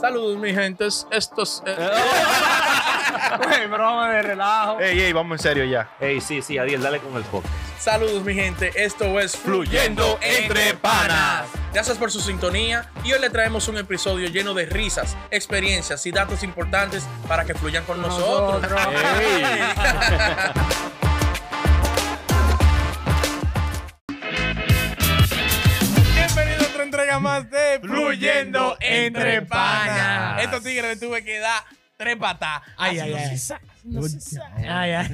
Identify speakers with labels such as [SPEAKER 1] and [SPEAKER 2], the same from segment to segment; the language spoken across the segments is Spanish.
[SPEAKER 1] Saludos, mi gentes. Estos. eh,
[SPEAKER 2] Güey, broma de relajo.
[SPEAKER 3] Ey, ey, vamos en serio ya.
[SPEAKER 4] Ey, sí, sí, Adiel, dale con el podcast.
[SPEAKER 1] Saludos, mi gente. Esto es
[SPEAKER 3] Fluyendo entre panas.
[SPEAKER 1] Gracias por su sintonía y hoy le traemos un episodio lleno de risas, experiencias y datos importantes para que fluyan con nosotros.
[SPEAKER 2] Nosotros.
[SPEAKER 1] Bienvenido a otra entrega más de
[SPEAKER 3] Fluyendo entre panas.
[SPEAKER 1] Estos tigres le tuve que dar tres patas.
[SPEAKER 2] Ay,
[SPEAKER 1] Así
[SPEAKER 2] ay,
[SPEAKER 1] no
[SPEAKER 2] ay.
[SPEAKER 1] se sa-
[SPEAKER 2] No se sabe. Ay, ay.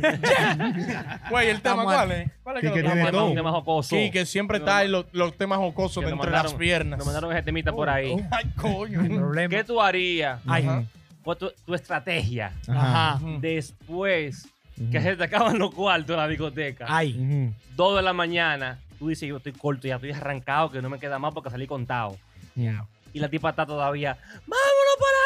[SPEAKER 1] Güey, el tema,
[SPEAKER 2] Estamos
[SPEAKER 1] ¿cuál es? ¿Cuál es que
[SPEAKER 3] Quique
[SPEAKER 1] lo-
[SPEAKER 3] tiene
[SPEAKER 1] Tema-
[SPEAKER 3] todo.
[SPEAKER 4] Un tema jocoso.
[SPEAKER 1] Sí, que siempre está ahí los, los temas jocosos
[SPEAKER 4] Que
[SPEAKER 1] de
[SPEAKER 4] nos
[SPEAKER 1] entre las
[SPEAKER 4] mandaron-
[SPEAKER 1] piernas.
[SPEAKER 4] Nos mandaron ese temita por
[SPEAKER 2] Oh,
[SPEAKER 4] ahí.
[SPEAKER 1] Ay, coño.
[SPEAKER 2] El problema.
[SPEAKER 4] ¿Qué tú harías?
[SPEAKER 2] Ay.
[SPEAKER 1] Ajá.
[SPEAKER 4] ¿Cuál tu, tu estrategia
[SPEAKER 2] Ajá.
[SPEAKER 4] después que se te acaban los cuartos en la discoteca?
[SPEAKER 2] Ay.
[SPEAKER 4] Mm. Dos de la mañana. Tú dices, yo estoy corto, ya estoy arrancado, que no me queda más porque salí contado. Y la tipa está todavía, ¡vámonos para la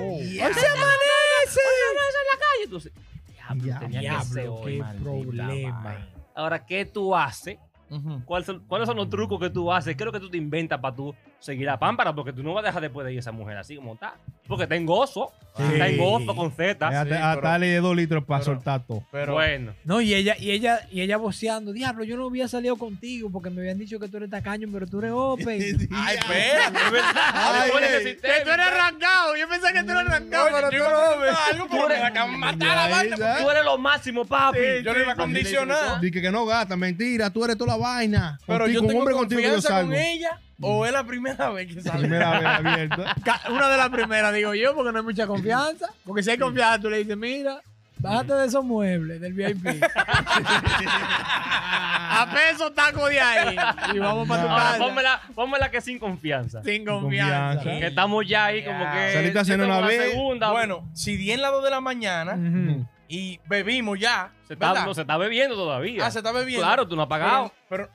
[SPEAKER 4] calle!
[SPEAKER 2] Oh, Hoy se amanece.
[SPEAKER 4] ¡Vámonos en la calle! Entonces, diablo,
[SPEAKER 2] Ya,
[SPEAKER 4] tenía que ser
[SPEAKER 2] diablo,
[SPEAKER 4] hoy,
[SPEAKER 2] qué
[SPEAKER 4] maldita
[SPEAKER 2] problema.
[SPEAKER 4] vaina. Ahora, ¿qué tú haces?
[SPEAKER 1] Ujú.
[SPEAKER 4] ¿Cuáles son, ¿Cuáles son los trucos que tú haces? ¿Qué es lo que tú te inventas para tú seguir la pámpara? Porque tú no vas a dejar después de ir esa mujer así como está. Porque está en gozo.
[SPEAKER 3] Sí.
[SPEAKER 4] Está en gozo con Z.
[SPEAKER 1] pero-
[SPEAKER 3] A darle dos litros para
[SPEAKER 1] pero-
[SPEAKER 3] soltar todo.
[SPEAKER 1] Pero
[SPEAKER 4] Bueno.
[SPEAKER 2] No, y ella, y ella, y ella voceando, diablo, yo no había salido contigo porque me habían dicho que tú eres tacaño, pero tú eres open.
[SPEAKER 1] Ay, espérate.
[SPEAKER 4] Es verdad.
[SPEAKER 3] Ay,
[SPEAKER 4] Después de ¿eh?
[SPEAKER 3] ey.
[SPEAKER 4] que se te-
[SPEAKER 1] arrancado. Yo pensé que tú eras arrancado, pero tú eres algo porque me acaban de matar la
[SPEAKER 3] Ahí
[SPEAKER 1] vaina.
[SPEAKER 3] está.
[SPEAKER 4] Tú eres lo máximo, papi.
[SPEAKER 1] Yo no iba a condicionar.
[SPEAKER 3] Dije que no gasta, mentira, tú eres toda la vaina.
[SPEAKER 1] Pero yo
[SPEAKER 3] Contigo, un
[SPEAKER 1] tengo
[SPEAKER 3] hombre contigo que yo
[SPEAKER 1] confianza
[SPEAKER 3] salgo.
[SPEAKER 1] con ella o es la primera vez que sale.
[SPEAKER 3] Primera vez abierta.
[SPEAKER 2] Ca- Una de las primeras, digo yo, porque no hay mucha confianza. Porque si hay confianza, tú le dices, mira, bájate de esos muebles del VIP. A peso taco de ahí. Y vamos para tu
[SPEAKER 4] Ahora,
[SPEAKER 2] casa.
[SPEAKER 4] pónmela, pónmela que sin confianza.
[SPEAKER 2] Sin
[SPEAKER 3] confianza.
[SPEAKER 2] confianza.
[SPEAKER 4] Que estamos ya ahí como que.
[SPEAKER 3] Saliste haciendo
[SPEAKER 4] yo tengo
[SPEAKER 3] una
[SPEAKER 4] la
[SPEAKER 3] vez.
[SPEAKER 4] Segunda.
[SPEAKER 1] Bueno, si di en las 2 de la mañana
[SPEAKER 2] Ujú.
[SPEAKER 1] y bebimos ya,
[SPEAKER 4] Se está,
[SPEAKER 1] ¿verdad?
[SPEAKER 4] no, se está bebiendo todavía.
[SPEAKER 1] Ah, se está bebiendo.
[SPEAKER 4] Claro, tú no has pagado.
[SPEAKER 1] Pero,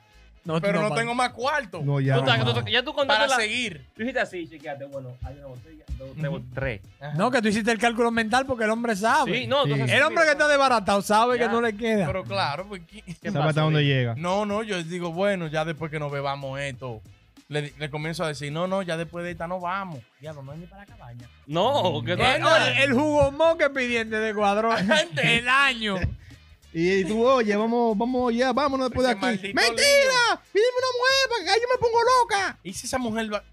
[SPEAKER 1] pero,
[SPEAKER 2] No,
[SPEAKER 1] pero no
[SPEAKER 2] pa-
[SPEAKER 1] tengo más cuarto
[SPEAKER 3] No, ya.
[SPEAKER 4] Tú estás-
[SPEAKER 3] no.
[SPEAKER 4] tú- tú- ya tú
[SPEAKER 1] para
[SPEAKER 4] contaste la.
[SPEAKER 1] seguir.
[SPEAKER 4] Tú dijiste así, chequeate. Bueno, hay una botella, dos, tres,
[SPEAKER 1] Ujú.
[SPEAKER 4] tres.
[SPEAKER 1] Ajá.
[SPEAKER 2] No, que tú hiciste el cálculo mental porque el hombre
[SPEAKER 1] Ah,
[SPEAKER 2] sabe.
[SPEAKER 4] Sí, no,
[SPEAKER 3] Sí.
[SPEAKER 4] entonces,
[SPEAKER 2] El hombre que
[SPEAKER 4] mira,
[SPEAKER 2] está desbaratado sabe
[SPEAKER 4] Ya.
[SPEAKER 2] que no le queda.
[SPEAKER 1] Pero claro, pues, porque...
[SPEAKER 4] ¿qué
[SPEAKER 3] Sabe
[SPEAKER 4] pasó,
[SPEAKER 3] hasta dónde
[SPEAKER 4] Vic?
[SPEAKER 3] llega.
[SPEAKER 1] No, no, yo digo, bueno, ya después que nos bebamos esto, le, le comienzo a decir, no, no, ya después de esta no vamos. Ya, no es ni para la cabaña.
[SPEAKER 4] No, que no.
[SPEAKER 2] Eh, no, el, el jugo moque pidiente de cuadro el año.
[SPEAKER 3] Y, y tú, oye, vamos, vamos, ya, vámonos después de
[SPEAKER 1] Qué
[SPEAKER 3] aquí.
[SPEAKER 1] maldito
[SPEAKER 3] ¡Mentira! ¡Pídeme una mujer para que yo me pongo loca!
[SPEAKER 1] ¿Y si esa mujer va...?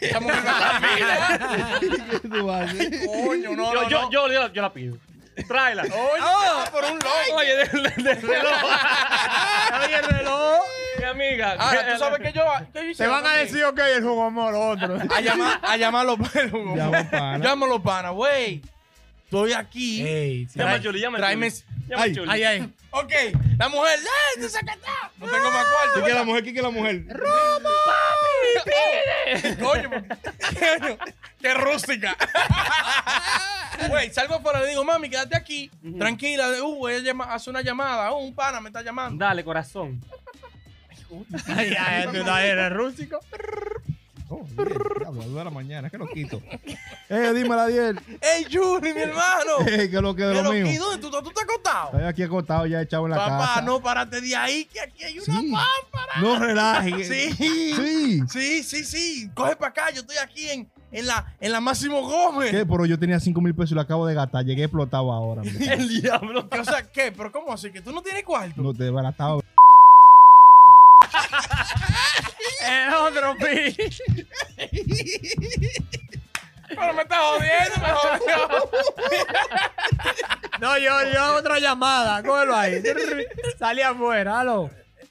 [SPEAKER 1] Esa mujer va a la fila.
[SPEAKER 3] ¿Qué tú haces?
[SPEAKER 1] Coño, no,
[SPEAKER 4] yo,
[SPEAKER 1] no,
[SPEAKER 4] yo,
[SPEAKER 1] no.
[SPEAKER 4] yo, yo, yo la pido. Tráela.
[SPEAKER 1] Oye, está por un loco.
[SPEAKER 4] Oye, del del- del reloj.
[SPEAKER 2] Oye, el reloj.
[SPEAKER 4] Mi amiga.
[SPEAKER 1] Ahora, Ah, tú sabes que yo... que yo
[SPEAKER 2] Te van a decir, ok, el jugo moro otro.
[SPEAKER 1] A llamar, a llamar a los panas.
[SPEAKER 3] Ya va, pana.
[SPEAKER 1] Llama a los panas, güey. Estoy aquí.
[SPEAKER 2] Ey,
[SPEAKER 4] Llama a
[SPEAKER 1] Trae-
[SPEAKER 4] Chuli, llama a
[SPEAKER 1] tráeme-
[SPEAKER 4] Chuli. Llama a
[SPEAKER 3] Ay,
[SPEAKER 4] Chuli.
[SPEAKER 1] Ay, ay. Ok, la mujer, ¡eh! ¡Te sacatá! No tengo más cuarto.
[SPEAKER 3] ¿Qué quiere la mujer? ¿Qué quiere la mujer?
[SPEAKER 1] ¿verdad? Coño, coño, qué rústica. Güey, salgo afuera le digo, mami, quédate aquí. Tranquila, de, uh, ella llama- hace una llamada. Uh, un pana me está llamando.
[SPEAKER 4] Dale, corazón.
[SPEAKER 2] Ay, ay, tú no eres rústico.
[SPEAKER 3] Oh, bien, diablo, a dos de la mañana, que lo quito. Eh, dime la 10.
[SPEAKER 1] ¡Ey, Juli, mi hermano!
[SPEAKER 3] Eh, que lo que de
[SPEAKER 1] Pero,
[SPEAKER 3] lo mío.
[SPEAKER 1] ¿y dónde tú, estás? tú estás acostado?
[SPEAKER 3] Estoy aquí acostado ya echado en la
[SPEAKER 1] Papá,
[SPEAKER 3] casa.
[SPEAKER 1] no, párate de ahí, que aquí hay una
[SPEAKER 3] Sí.
[SPEAKER 1] pámpara.
[SPEAKER 3] No relajes.
[SPEAKER 1] Sí.
[SPEAKER 3] Sí.
[SPEAKER 1] Sí, sí, sí. Coge para acá. Yo estoy aquí en, en, la, en la Máximo Gómez.
[SPEAKER 3] ¿Qué? Pero yo tenía 5 mil pesos y lo acabo de gastar. Llegué explotado ahora. hombre.
[SPEAKER 4] El diablo.
[SPEAKER 1] O sea, ¿qué? ¿Pero cómo así? ¿Que tú no tienes cuarto?
[SPEAKER 3] No te desbaratado.
[SPEAKER 2] El otro pi.
[SPEAKER 1] Pero me estás jodiendo, me jodió.
[SPEAKER 2] No, yo, yo hago otra llamada. Cógelo ahí. Salí afuera, aló.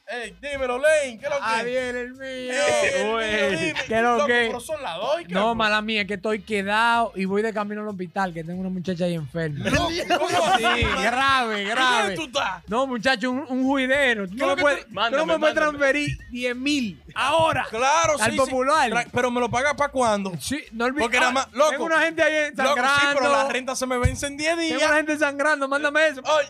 [SPEAKER 1] Ey, dímelo, Lane. ¿Qué es lo
[SPEAKER 2] Ah,
[SPEAKER 1] que?
[SPEAKER 2] bien, el mío.
[SPEAKER 1] Ey,
[SPEAKER 4] Güey.
[SPEAKER 1] dime,
[SPEAKER 2] ¿Qué es lo
[SPEAKER 1] loco,
[SPEAKER 2] que?
[SPEAKER 1] Pero son las dos. ¿y qué?
[SPEAKER 2] No, mala mía, es que estoy quedado y voy de camino al hospital, que tengo una muchacha ahí enferma.
[SPEAKER 1] Loco, ¿Cómo así?
[SPEAKER 2] Sí, grave,
[SPEAKER 1] ¿Dónde
[SPEAKER 2] grave.
[SPEAKER 1] tú estás?
[SPEAKER 2] No, muchacho, un, un juidero. Tú
[SPEAKER 1] Creo
[SPEAKER 2] no me
[SPEAKER 1] que
[SPEAKER 2] puedes,
[SPEAKER 1] tú-
[SPEAKER 2] tú no
[SPEAKER 4] Mándame,
[SPEAKER 2] me puedes
[SPEAKER 4] mándame.
[SPEAKER 2] transferir 10 mil ahora.
[SPEAKER 1] Claro,
[SPEAKER 2] Al
[SPEAKER 1] oh, sí.
[SPEAKER 2] popular.
[SPEAKER 1] sí. Tra- Pero me lo pagas para cuándo?
[SPEAKER 2] Sí, no olvides.
[SPEAKER 1] Porque nada más- loco.
[SPEAKER 2] Tengo una gente ahí
[SPEAKER 1] Loco,
[SPEAKER 2] sangrando.
[SPEAKER 1] sí, pero la renta se me vence en 10
[SPEAKER 2] Tengo una
[SPEAKER 1] días.
[SPEAKER 2] gente sangrando, mándame eso.
[SPEAKER 1] Oye,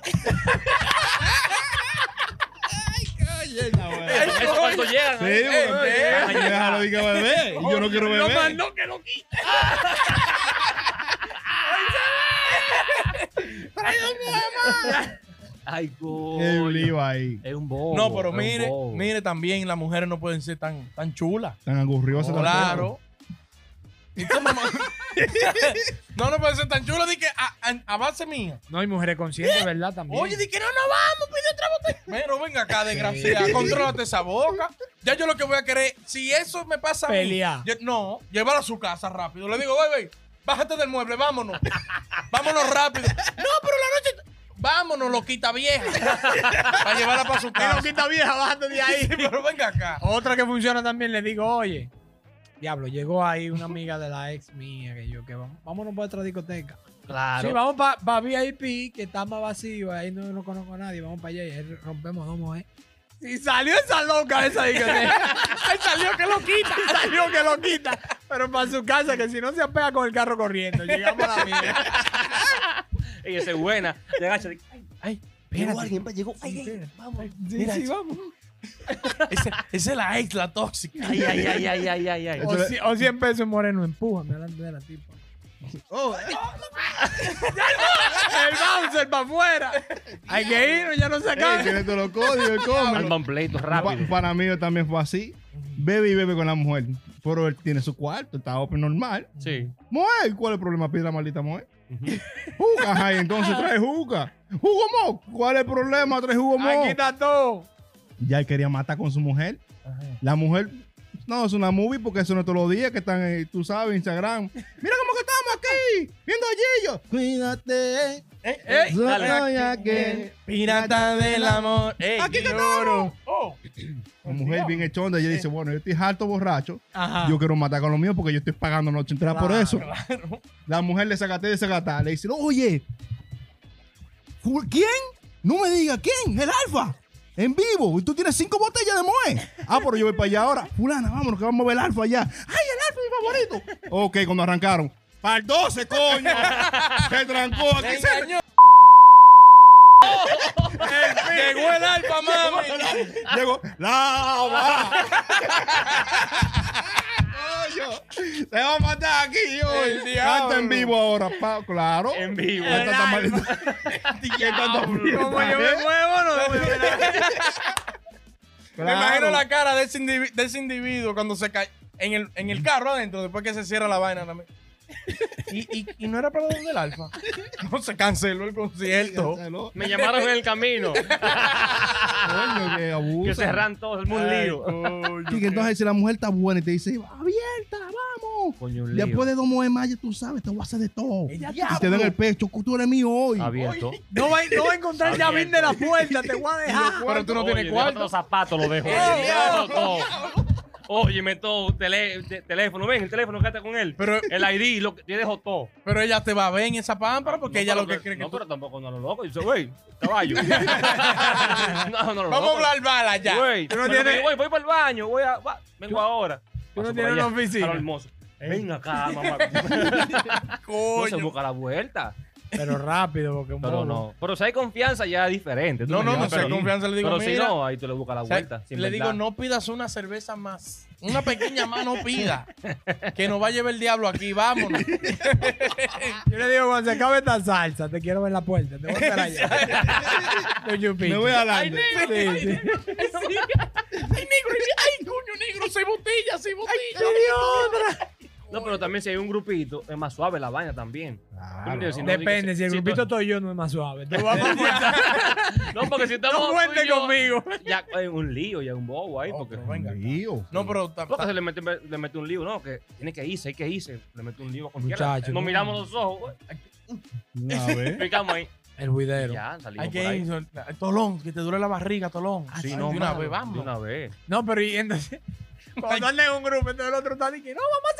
[SPEAKER 3] Sí,
[SPEAKER 4] Eso cuando llegan.
[SPEAKER 3] porque
[SPEAKER 4] ¿eh?
[SPEAKER 3] déjalo de que bebé. Y Yo no quiero
[SPEAKER 2] Lo
[SPEAKER 3] beber.
[SPEAKER 2] mandó que lo quite.
[SPEAKER 4] Ay,
[SPEAKER 3] Qué
[SPEAKER 4] coño.
[SPEAKER 3] oliva ahí.
[SPEAKER 4] Es un bobo.
[SPEAKER 1] no, pero
[SPEAKER 4] es un
[SPEAKER 1] mire,
[SPEAKER 4] bobo.
[SPEAKER 1] mire también, las mujeres no pueden ser tan, tan chulas.
[SPEAKER 3] Tan angurriosa.
[SPEAKER 1] Claro. no, no puede ser tan chulo. Dije, a, a, a base mía.
[SPEAKER 2] No, hay mujeres conscientes, ¿verdad? También.
[SPEAKER 1] Oye, dije, no, no vamos, pide otra botella. Pero venga acá, desgraciada, contrólate esa boca. Ya yo lo que voy a querer, si eso me pasa a mí,
[SPEAKER 2] Pelear.
[SPEAKER 1] yo- no, llévala a su casa rápido. Le digo, "Ve, ve, bájate del mueble, vámonos. vámonos rápido. No, pero la noche... Vámonos, loquita vieja. para llevarla para su
[SPEAKER 2] Que
[SPEAKER 1] casa.
[SPEAKER 2] no quita vieja, bájate de ahí.
[SPEAKER 1] Sí, pero venga acá.
[SPEAKER 2] Otra que funciona también, le digo, oye, diablo, llegó ahí una amiga de la ex mía que yo, que vamos, vámonos para otra discoteca.
[SPEAKER 4] Claro.
[SPEAKER 2] Sí, vamos para VIP, que está más vacío, ahí no, no conozco a nadie, vamos para allá y ahí rompemos domos, ¿eh? Y salió esa loca esa discoteca. Ahí salió que lo quita. Salió que lo quita. Pero para su casa, que si no se apega con el carro corriendo, llegamos a la mía.
[SPEAKER 4] Ella es buena. Le agacha. dice, Ay, ay.
[SPEAKER 2] Espérate.
[SPEAKER 4] Llegó alguien, llegó. Ay, ay, vamos.
[SPEAKER 2] Sí, sí, vamos.
[SPEAKER 1] Esa esa es la ex, la tóxica.
[SPEAKER 4] Ay, ay, ay, ay, ay, ay, ay.
[SPEAKER 2] O, ci- o 100 pesos moreno, empújame delante de la tipa. Oh. el bouncer para afuera. Hay que irnos, ya no se
[SPEAKER 3] Ey,
[SPEAKER 2] acaba.
[SPEAKER 3] tiene todos los códigos, el cómic.
[SPEAKER 4] Alban pleito
[SPEAKER 3] Pa-
[SPEAKER 4] rápido.
[SPEAKER 3] para mí también fue así. Bebe y bebe con la mujer. Pero él tiene su cuarto, está open normal.
[SPEAKER 4] Sí.
[SPEAKER 3] Mujer, ¿cuál es el problema? Pide la maldita mujer. Juca, ajá, y entonces trae juca. Jugo mo, ¿cuál es el problema? Trae jugo mo.
[SPEAKER 2] Aquí está todo.
[SPEAKER 3] Ya él quería matar con su mujer. La mujer, no, es una movie porque eso no es todos los días que están, eh, tú sabes, Instagram. Mira cómo que estamos aquí, viendo a Gillo. Cuídate,
[SPEAKER 1] Ey, ey,
[SPEAKER 4] dale.
[SPEAKER 3] soy aquel
[SPEAKER 1] Pirata del amor. Ey,
[SPEAKER 3] Aquí que
[SPEAKER 1] lloro. Oh.
[SPEAKER 3] La mujer bien echonda, ella dice, bueno, yo estoy harto borracho.
[SPEAKER 2] Ajá.
[SPEAKER 3] Yo quiero matar con lo mío porque yo estoy pagando noche entera por
[SPEAKER 2] Claro,
[SPEAKER 3] eso. La mujer le sacaté de sacatá. Le dice, oye, ¿fu- ¿quién? No me diga quién, el alfa. En vivo, y tú tienes cinco botellas de moe. Ah, pero yo voy para allá ahora. Fulana, vámonos, que vamos a ver el alfa allá. ¡Ay, el alfa, mi favorito! ok, cuando arrancaron. ¡Para el 12, coño! Se trancó
[SPEAKER 1] Me
[SPEAKER 3] aquí. se-
[SPEAKER 1] engañó. Llegó el alfa, mami.
[SPEAKER 3] Llegó, ¡la va! Coño, Se va a matar aquí
[SPEAKER 1] El
[SPEAKER 3] hoy.
[SPEAKER 1] diablo.
[SPEAKER 3] Canta en vivo ahora, pa- claro.
[SPEAKER 4] En vivo.
[SPEAKER 3] Ya está tan maldita- ya está tan fiesta,
[SPEAKER 2] Como yo me
[SPEAKER 3] ¿eh?
[SPEAKER 2] muevo, no me muevo.
[SPEAKER 1] Me
[SPEAKER 3] Claro.
[SPEAKER 1] imagino la cara de ese, indivi- de ese individuo cuando se cae en el, en el carro adentro, después que se cierra la vaina. nada más. Y, y, y no era para donde el alfa. No, se canceló el concierto.
[SPEAKER 3] Coño,
[SPEAKER 4] Me llamaron en el camino.
[SPEAKER 3] que
[SPEAKER 4] Que
[SPEAKER 3] abusa.
[SPEAKER 4] cerran todos. Es un lío.
[SPEAKER 3] Sí, que entonces si la mujer está buena y te dice, abierta, vamos.
[SPEAKER 4] Coño, un lío.
[SPEAKER 3] Después de dos mujeres más, ya tú sabes, te voy a hacer de todo.
[SPEAKER 1] El
[SPEAKER 3] Y te dan el pecho, que tú eres mío hoy.
[SPEAKER 4] Abierto.
[SPEAKER 2] No va, no va a encontrar
[SPEAKER 4] Está bien.
[SPEAKER 2] llavín de la puerta, te voy a dejar.
[SPEAKER 1] Pero tú no
[SPEAKER 4] Oye,
[SPEAKER 1] tienes
[SPEAKER 4] deja
[SPEAKER 1] cuarto.
[SPEAKER 4] Los zapatos los dejo.
[SPEAKER 1] El diablo.
[SPEAKER 4] Todo, todo. Óyeme todo, tele- te- teléfono, ven, el teléfono, quédate con él.
[SPEAKER 1] Pero,
[SPEAKER 4] El ID, lo que yo dejo todo.
[SPEAKER 1] pero ella te va a ver en esa pámpara porque
[SPEAKER 4] No,
[SPEAKER 1] ella
[SPEAKER 4] pero
[SPEAKER 1] lo que cree que
[SPEAKER 4] No,
[SPEAKER 1] tú-
[SPEAKER 4] pero tampoco no lo loco. Dice, güey, caballo. no, no lo
[SPEAKER 1] Vamos a hablar bala ya.
[SPEAKER 4] Güey,
[SPEAKER 2] Tú no
[SPEAKER 4] me lo
[SPEAKER 2] tienes-
[SPEAKER 4] que- voy, voy para el baño, voy a, va, vengo ahora.
[SPEAKER 2] tú
[SPEAKER 4] Paso
[SPEAKER 2] no tienes
[SPEAKER 4] para
[SPEAKER 2] una
[SPEAKER 4] allá,
[SPEAKER 2] oficina.
[SPEAKER 4] a lo hermoso. Ven acá, mamá. no se
[SPEAKER 1] Coño.
[SPEAKER 4] busca la vuelta.
[SPEAKER 2] Pero rápido, porque un
[SPEAKER 4] Pero
[SPEAKER 2] bobo.
[SPEAKER 4] no. Pero si hay confianza, ya es diferente. tú
[SPEAKER 1] No,
[SPEAKER 4] me
[SPEAKER 1] no,
[SPEAKER 4] entiendes,
[SPEAKER 1] no, si hay
[SPEAKER 4] pero-
[SPEAKER 1] confianza, le digo,
[SPEAKER 4] Pero si
[SPEAKER 1] mira.
[SPEAKER 4] no, ahí tú le buscas la
[SPEAKER 1] O sea,
[SPEAKER 4] vuelta. sin
[SPEAKER 1] le digo,
[SPEAKER 4] verdad.
[SPEAKER 1] no pidas una cerveza más. Una pequeña más no pida. Que nos va a llevar el diablo aquí, vámonos.
[SPEAKER 2] Yo le digo, cuando se acabe esta salsa, te quiero ver la puerta. Te voy a estar allá. Los yupitos.
[SPEAKER 3] Me voy adelante.
[SPEAKER 2] Sí, sí.
[SPEAKER 1] negro, ay, coño, negro, seis botellas, seis botellas.
[SPEAKER 4] No, pero también si hay un grupito, es más suave la vaina también. ¿Tú me entiendes? Si no,
[SPEAKER 2] Depende,
[SPEAKER 4] digo,
[SPEAKER 2] si el
[SPEAKER 4] tú-
[SPEAKER 2] grupito estoy yo no es más suave. Te voy a poner-
[SPEAKER 4] No, porque si estamos.
[SPEAKER 2] No
[SPEAKER 4] tú y
[SPEAKER 2] cuente
[SPEAKER 4] yo,
[SPEAKER 2] conmigo.
[SPEAKER 4] Ya hay un lío, ya un bobo ahí. Porque,
[SPEAKER 3] Dios.
[SPEAKER 1] No, pero ta-
[SPEAKER 4] porque
[SPEAKER 1] ta-
[SPEAKER 4] se le mete, le mete un lío, no, que tiene que irse, hay que irse. Le mete un lío a cualquiera.
[SPEAKER 2] Muchacho,
[SPEAKER 4] Nos
[SPEAKER 2] no.
[SPEAKER 4] miramos los ojos, güey,
[SPEAKER 3] Una vez.
[SPEAKER 4] picamos ahí.
[SPEAKER 2] El buidero.
[SPEAKER 4] Ya, salimos
[SPEAKER 1] hay
[SPEAKER 4] por
[SPEAKER 1] que
[SPEAKER 4] ahí.
[SPEAKER 1] ir. Tolón, que te dure la barriga, Tolón.
[SPEAKER 4] Sí,
[SPEAKER 1] Ay,
[SPEAKER 4] no,
[SPEAKER 1] de una
[SPEAKER 4] mano,
[SPEAKER 1] vez, vamos.
[SPEAKER 4] De una vez.
[SPEAKER 2] No, pero y entonces. Cuando andan en un grupo, entonces el otro está diciendo, no, vamos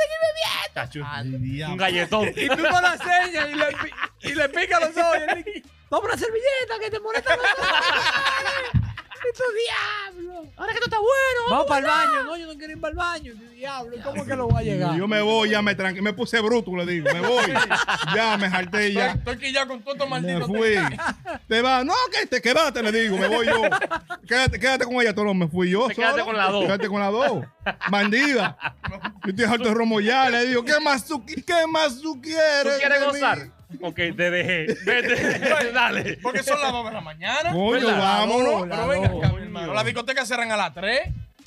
[SPEAKER 4] Chacho,
[SPEAKER 3] Ay, diablo.
[SPEAKER 4] un galletón.
[SPEAKER 2] a. Y tú con la seña y le, pi- y le pica los ojos. Y le dice, vamos a la servilleta que te molesta los ¡Esto diablo! Ahora que tú estás bueno. Vamos para el baño. No, yo no quiero ir para el baño. Yo, Diablo, ¿cómo que lo voy a llegar?
[SPEAKER 3] Yo me voy, ya me tranqué, me puse bruto, le digo, me voy, ya me jalté
[SPEAKER 1] Estoy,
[SPEAKER 3] ya.
[SPEAKER 1] estoy aquí ya con todo estos
[SPEAKER 3] Me
[SPEAKER 1] malditos.
[SPEAKER 3] fui. Te va, no, que te quédate, le digo, me voy yo. Quédate, quédate con ella, Tolón, me fui yo.
[SPEAKER 4] Te quedaste
[SPEAKER 3] solo.
[SPEAKER 4] con las dos.
[SPEAKER 3] Quédate con las dos. Bandida. Yo estoy harto de romo ya, le digo, ¿qué más tú, qui- qué más tú quieres?
[SPEAKER 4] ¿Tú quieres
[SPEAKER 3] de mí?
[SPEAKER 4] gozar? Ok, te dejé. Vete, dale.
[SPEAKER 1] Porque son las 2 de la mañana.
[SPEAKER 3] Coño,
[SPEAKER 4] ¿Verdad?
[SPEAKER 3] vámonos.
[SPEAKER 1] Pero venga, acá, mi
[SPEAKER 4] Coño.
[SPEAKER 1] hermano. Las discotecas cierran a las 3.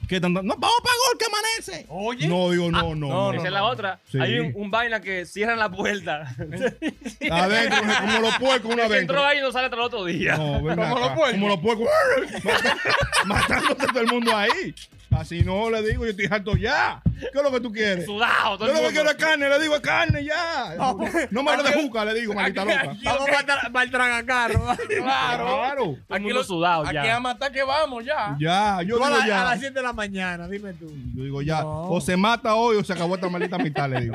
[SPEAKER 3] que tanto- no, vamos para gol que amanece.
[SPEAKER 1] Oye.
[SPEAKER 3] No, digo, no, no.
[SPEAKER 1] no,
[SPEAKER 3] no,
[SPEAKER 4] Esa
[SPEAKER 1] no,
[SPEAKER 4] es la otra.
[SPEAKER 3] Sí.
[SPEAKER 4] Hay un, un vaina que cierran la puerta.
[SPEAKER 3] Adentro, como los puercos, una
[SPEAKER 4] El que
[SPEAKER 3] vez.
[SPEAKER 4] entró ahí no sale hasta el otro día.
[SPEAKER 3] No, ven
[SPEAKER 1] Como
[SPEAKER 3] acá.
[SPEAKER 1] los puercos.
[SPEAKER 3] Como los puercos. Mata- Matándose todo el mundo ahí. Así no le digo, yo estoy harto ya. ¿Qué es lo que tú quieres? Yo
[SPEAKER 4] Sudado. Todo el
[SPEAKER 3] lo que
[SPEAKER 4] mundo.
[SPEAKER 3] quiero es carne, le digo es carne ya. No me hables de juca, le digo, maldita loca.
[SPEAKER 1] aquí-
[SPEAKER 2] Vamos para el tragacarro.
[SPEAKER 1] Claro.
[SPEAKER 3] Claro.
[SPEAKER 4] Todo el
[SPEAKER 1] Aquí
[SPEAKER 4] mundo
[SPEAKER 1] lo-
[SPEAKER 4] sudado ya.
[SPEAKER 1] Aquí a matar que vamos ya.
[SPEAKER 3] Ya, yo
[SPEAKER 2] Tú a,
[SPEAKER 3] digo
[SPEAKER 2] la- a
[SPEAKER 3] ya.
[SPEAKER 2] las 7 de la mañana, dime tú.
[SPEAKER 3] Yo digo ya,
[SPEAKER 2] No.
[SPEAKER 3] o se mata hoy o se acabó esta maldita mitad, le digo.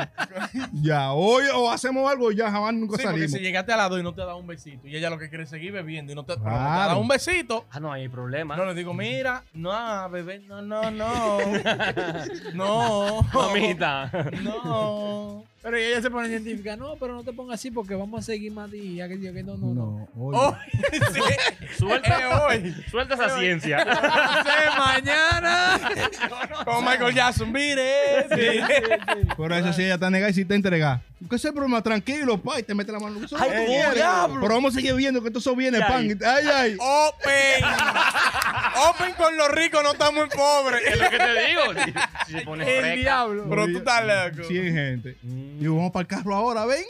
[SPEAKER 3] Ya, hoy o hacemos algo y ya jamás nunca
[SPEAKER 1] Sí, porque
[SPEAKER 3] salimos.
[SPEAKER 1] si llegaste a las 2 y no te ha dado un besito, y ella lo que quiere es seguir bebiendo y no te, pero no te ha
[SPEAKER 3] Claro.
[SPEAKER 1] dado un besito,
[SPEAKER 4] Ah, no, ahí hay problema.
[SPEAKER 1] no le digo, mira, no, bebé, no, no, no. no.
[SPEAKER 4] Mamita.
[SPEAKER 1] No.
[SPEAKER 2] Pero ella se pone científica. No, pero no te pongas así porque vamos a seguir más días. Que yo que no, no, no.
[SPEAKER 3] No, hoy.
[SPEAKER 1] Oh, sí. Eh,
[SPEAKER 4] Suelta,
[SPEAKER 1] hoy.
[SPEAKER 4] suelta esa ciencia.
[SPEAKER 2] Hace mañana.
[SPEAKER 1] Como Michael Jackson, mire. sí.
[SPEAKER 3] Pero eso sí, ella está negada y sí te entrega. ¿Qué es el problema? Tranquilo, pa, y te mete la mano. Eso
[SPEAKER 4] Ay,
[SPEAKER 3] no se
[SPEAKER 4] oh,
[SPEAKER 3] quiere.
[SPEAKER 1] diablo.
[SPEAKER 3] Pero vamos a seguir viendo que todo eso viene,
[SPEAKER 4] Ay.
[SPEAKER 3] pan. Ay, ay.
[SPEAKER 1] oh, Open. Open con los ricos, no estamos en
[SPEAKER 4] es
[SPEAKER 1] pobres.
[SPEAKER 4] lo que te digo. Si, si se pone
[SPEAKER 2] El
[SPEAKER 4] fresca.
[SPEAKER 2] diablo.
[SPEAKER 1] Pero tú estás loco.
[SPEAKER 3] 100 gente.
[SPEAKER 4] Mm.
[SPEAKER 3] Digo, vamos para el carro ahora, ven.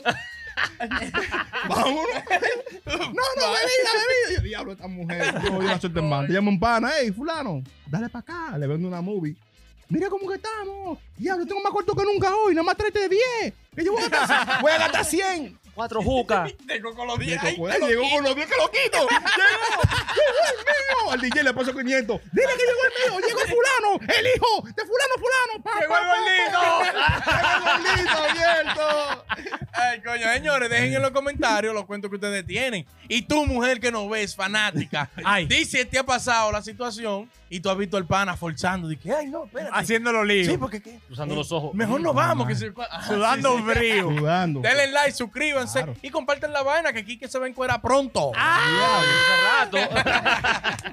[SPEAKER 3] Vámonos. no, no, bebida, bebida. Yo, diablo, esta mujer. No, yo la suelto en banda. Llama un pana, hey, fulano, dale para acá. Le vendo una movie. Mira cómo que estamos. Diablo, tengo más corto que nunca hoy. Nada más trate de 10. Que yo voy a gastar, voy a gastar 100.
[SPEAKER 4] Cuatro jucas.
[SPEAKER 1] Llegó con los
[SPEAKER 3] Me
[SPEAKER 1] 10.
[SPEAKER 3] tocó, él llegó con los 10 que lo quito. Llegó. Llegó el mío. Al DJ le pasó 500. Dile que llegó el mío. Llegó fulano. El hijo de fulano, fulano. Pa,
[SPEAKER 1] Llegó
[SPEAKER 3] pa,
[SPEAKER 1] el gordito.
[SPEAKER 3] pa, pa. Llegó el gordito abierto.
[SPEAKER 1] Ay, coño, señores, dejen en los comentarios los cuentos que ustedes tienen. Y tú, mujer que no ves, fanática,
[SPEAKER 2] Ay.
[SPEAKER 1] dice te ha pasado la situación y tú has visto al pana forzando. Dice, ay, no, espérate.
[SPEAKER 2] Haciéndolo lío.
[SPEAKER 1] Sí, porque ¿qué?
[SPEAKER 4] Usando los ojos. Mm,
[SPEAKER 1] mejor no vamos. Que se... Ah,
[SPEAKER 2] sudando
[SPEAKER 1] sí, sí.
[SPEAKER 2] frío.
[SPEAKER 3] Sudando.
[SPEAKER 1] Denle like, suscríbanse
[SPEAKER 3] Claro.
[SPEAKER 1] y compartan la vaina que Kike se va a encuerar pronto.
[SPEAKER 4] Ah, hace rato.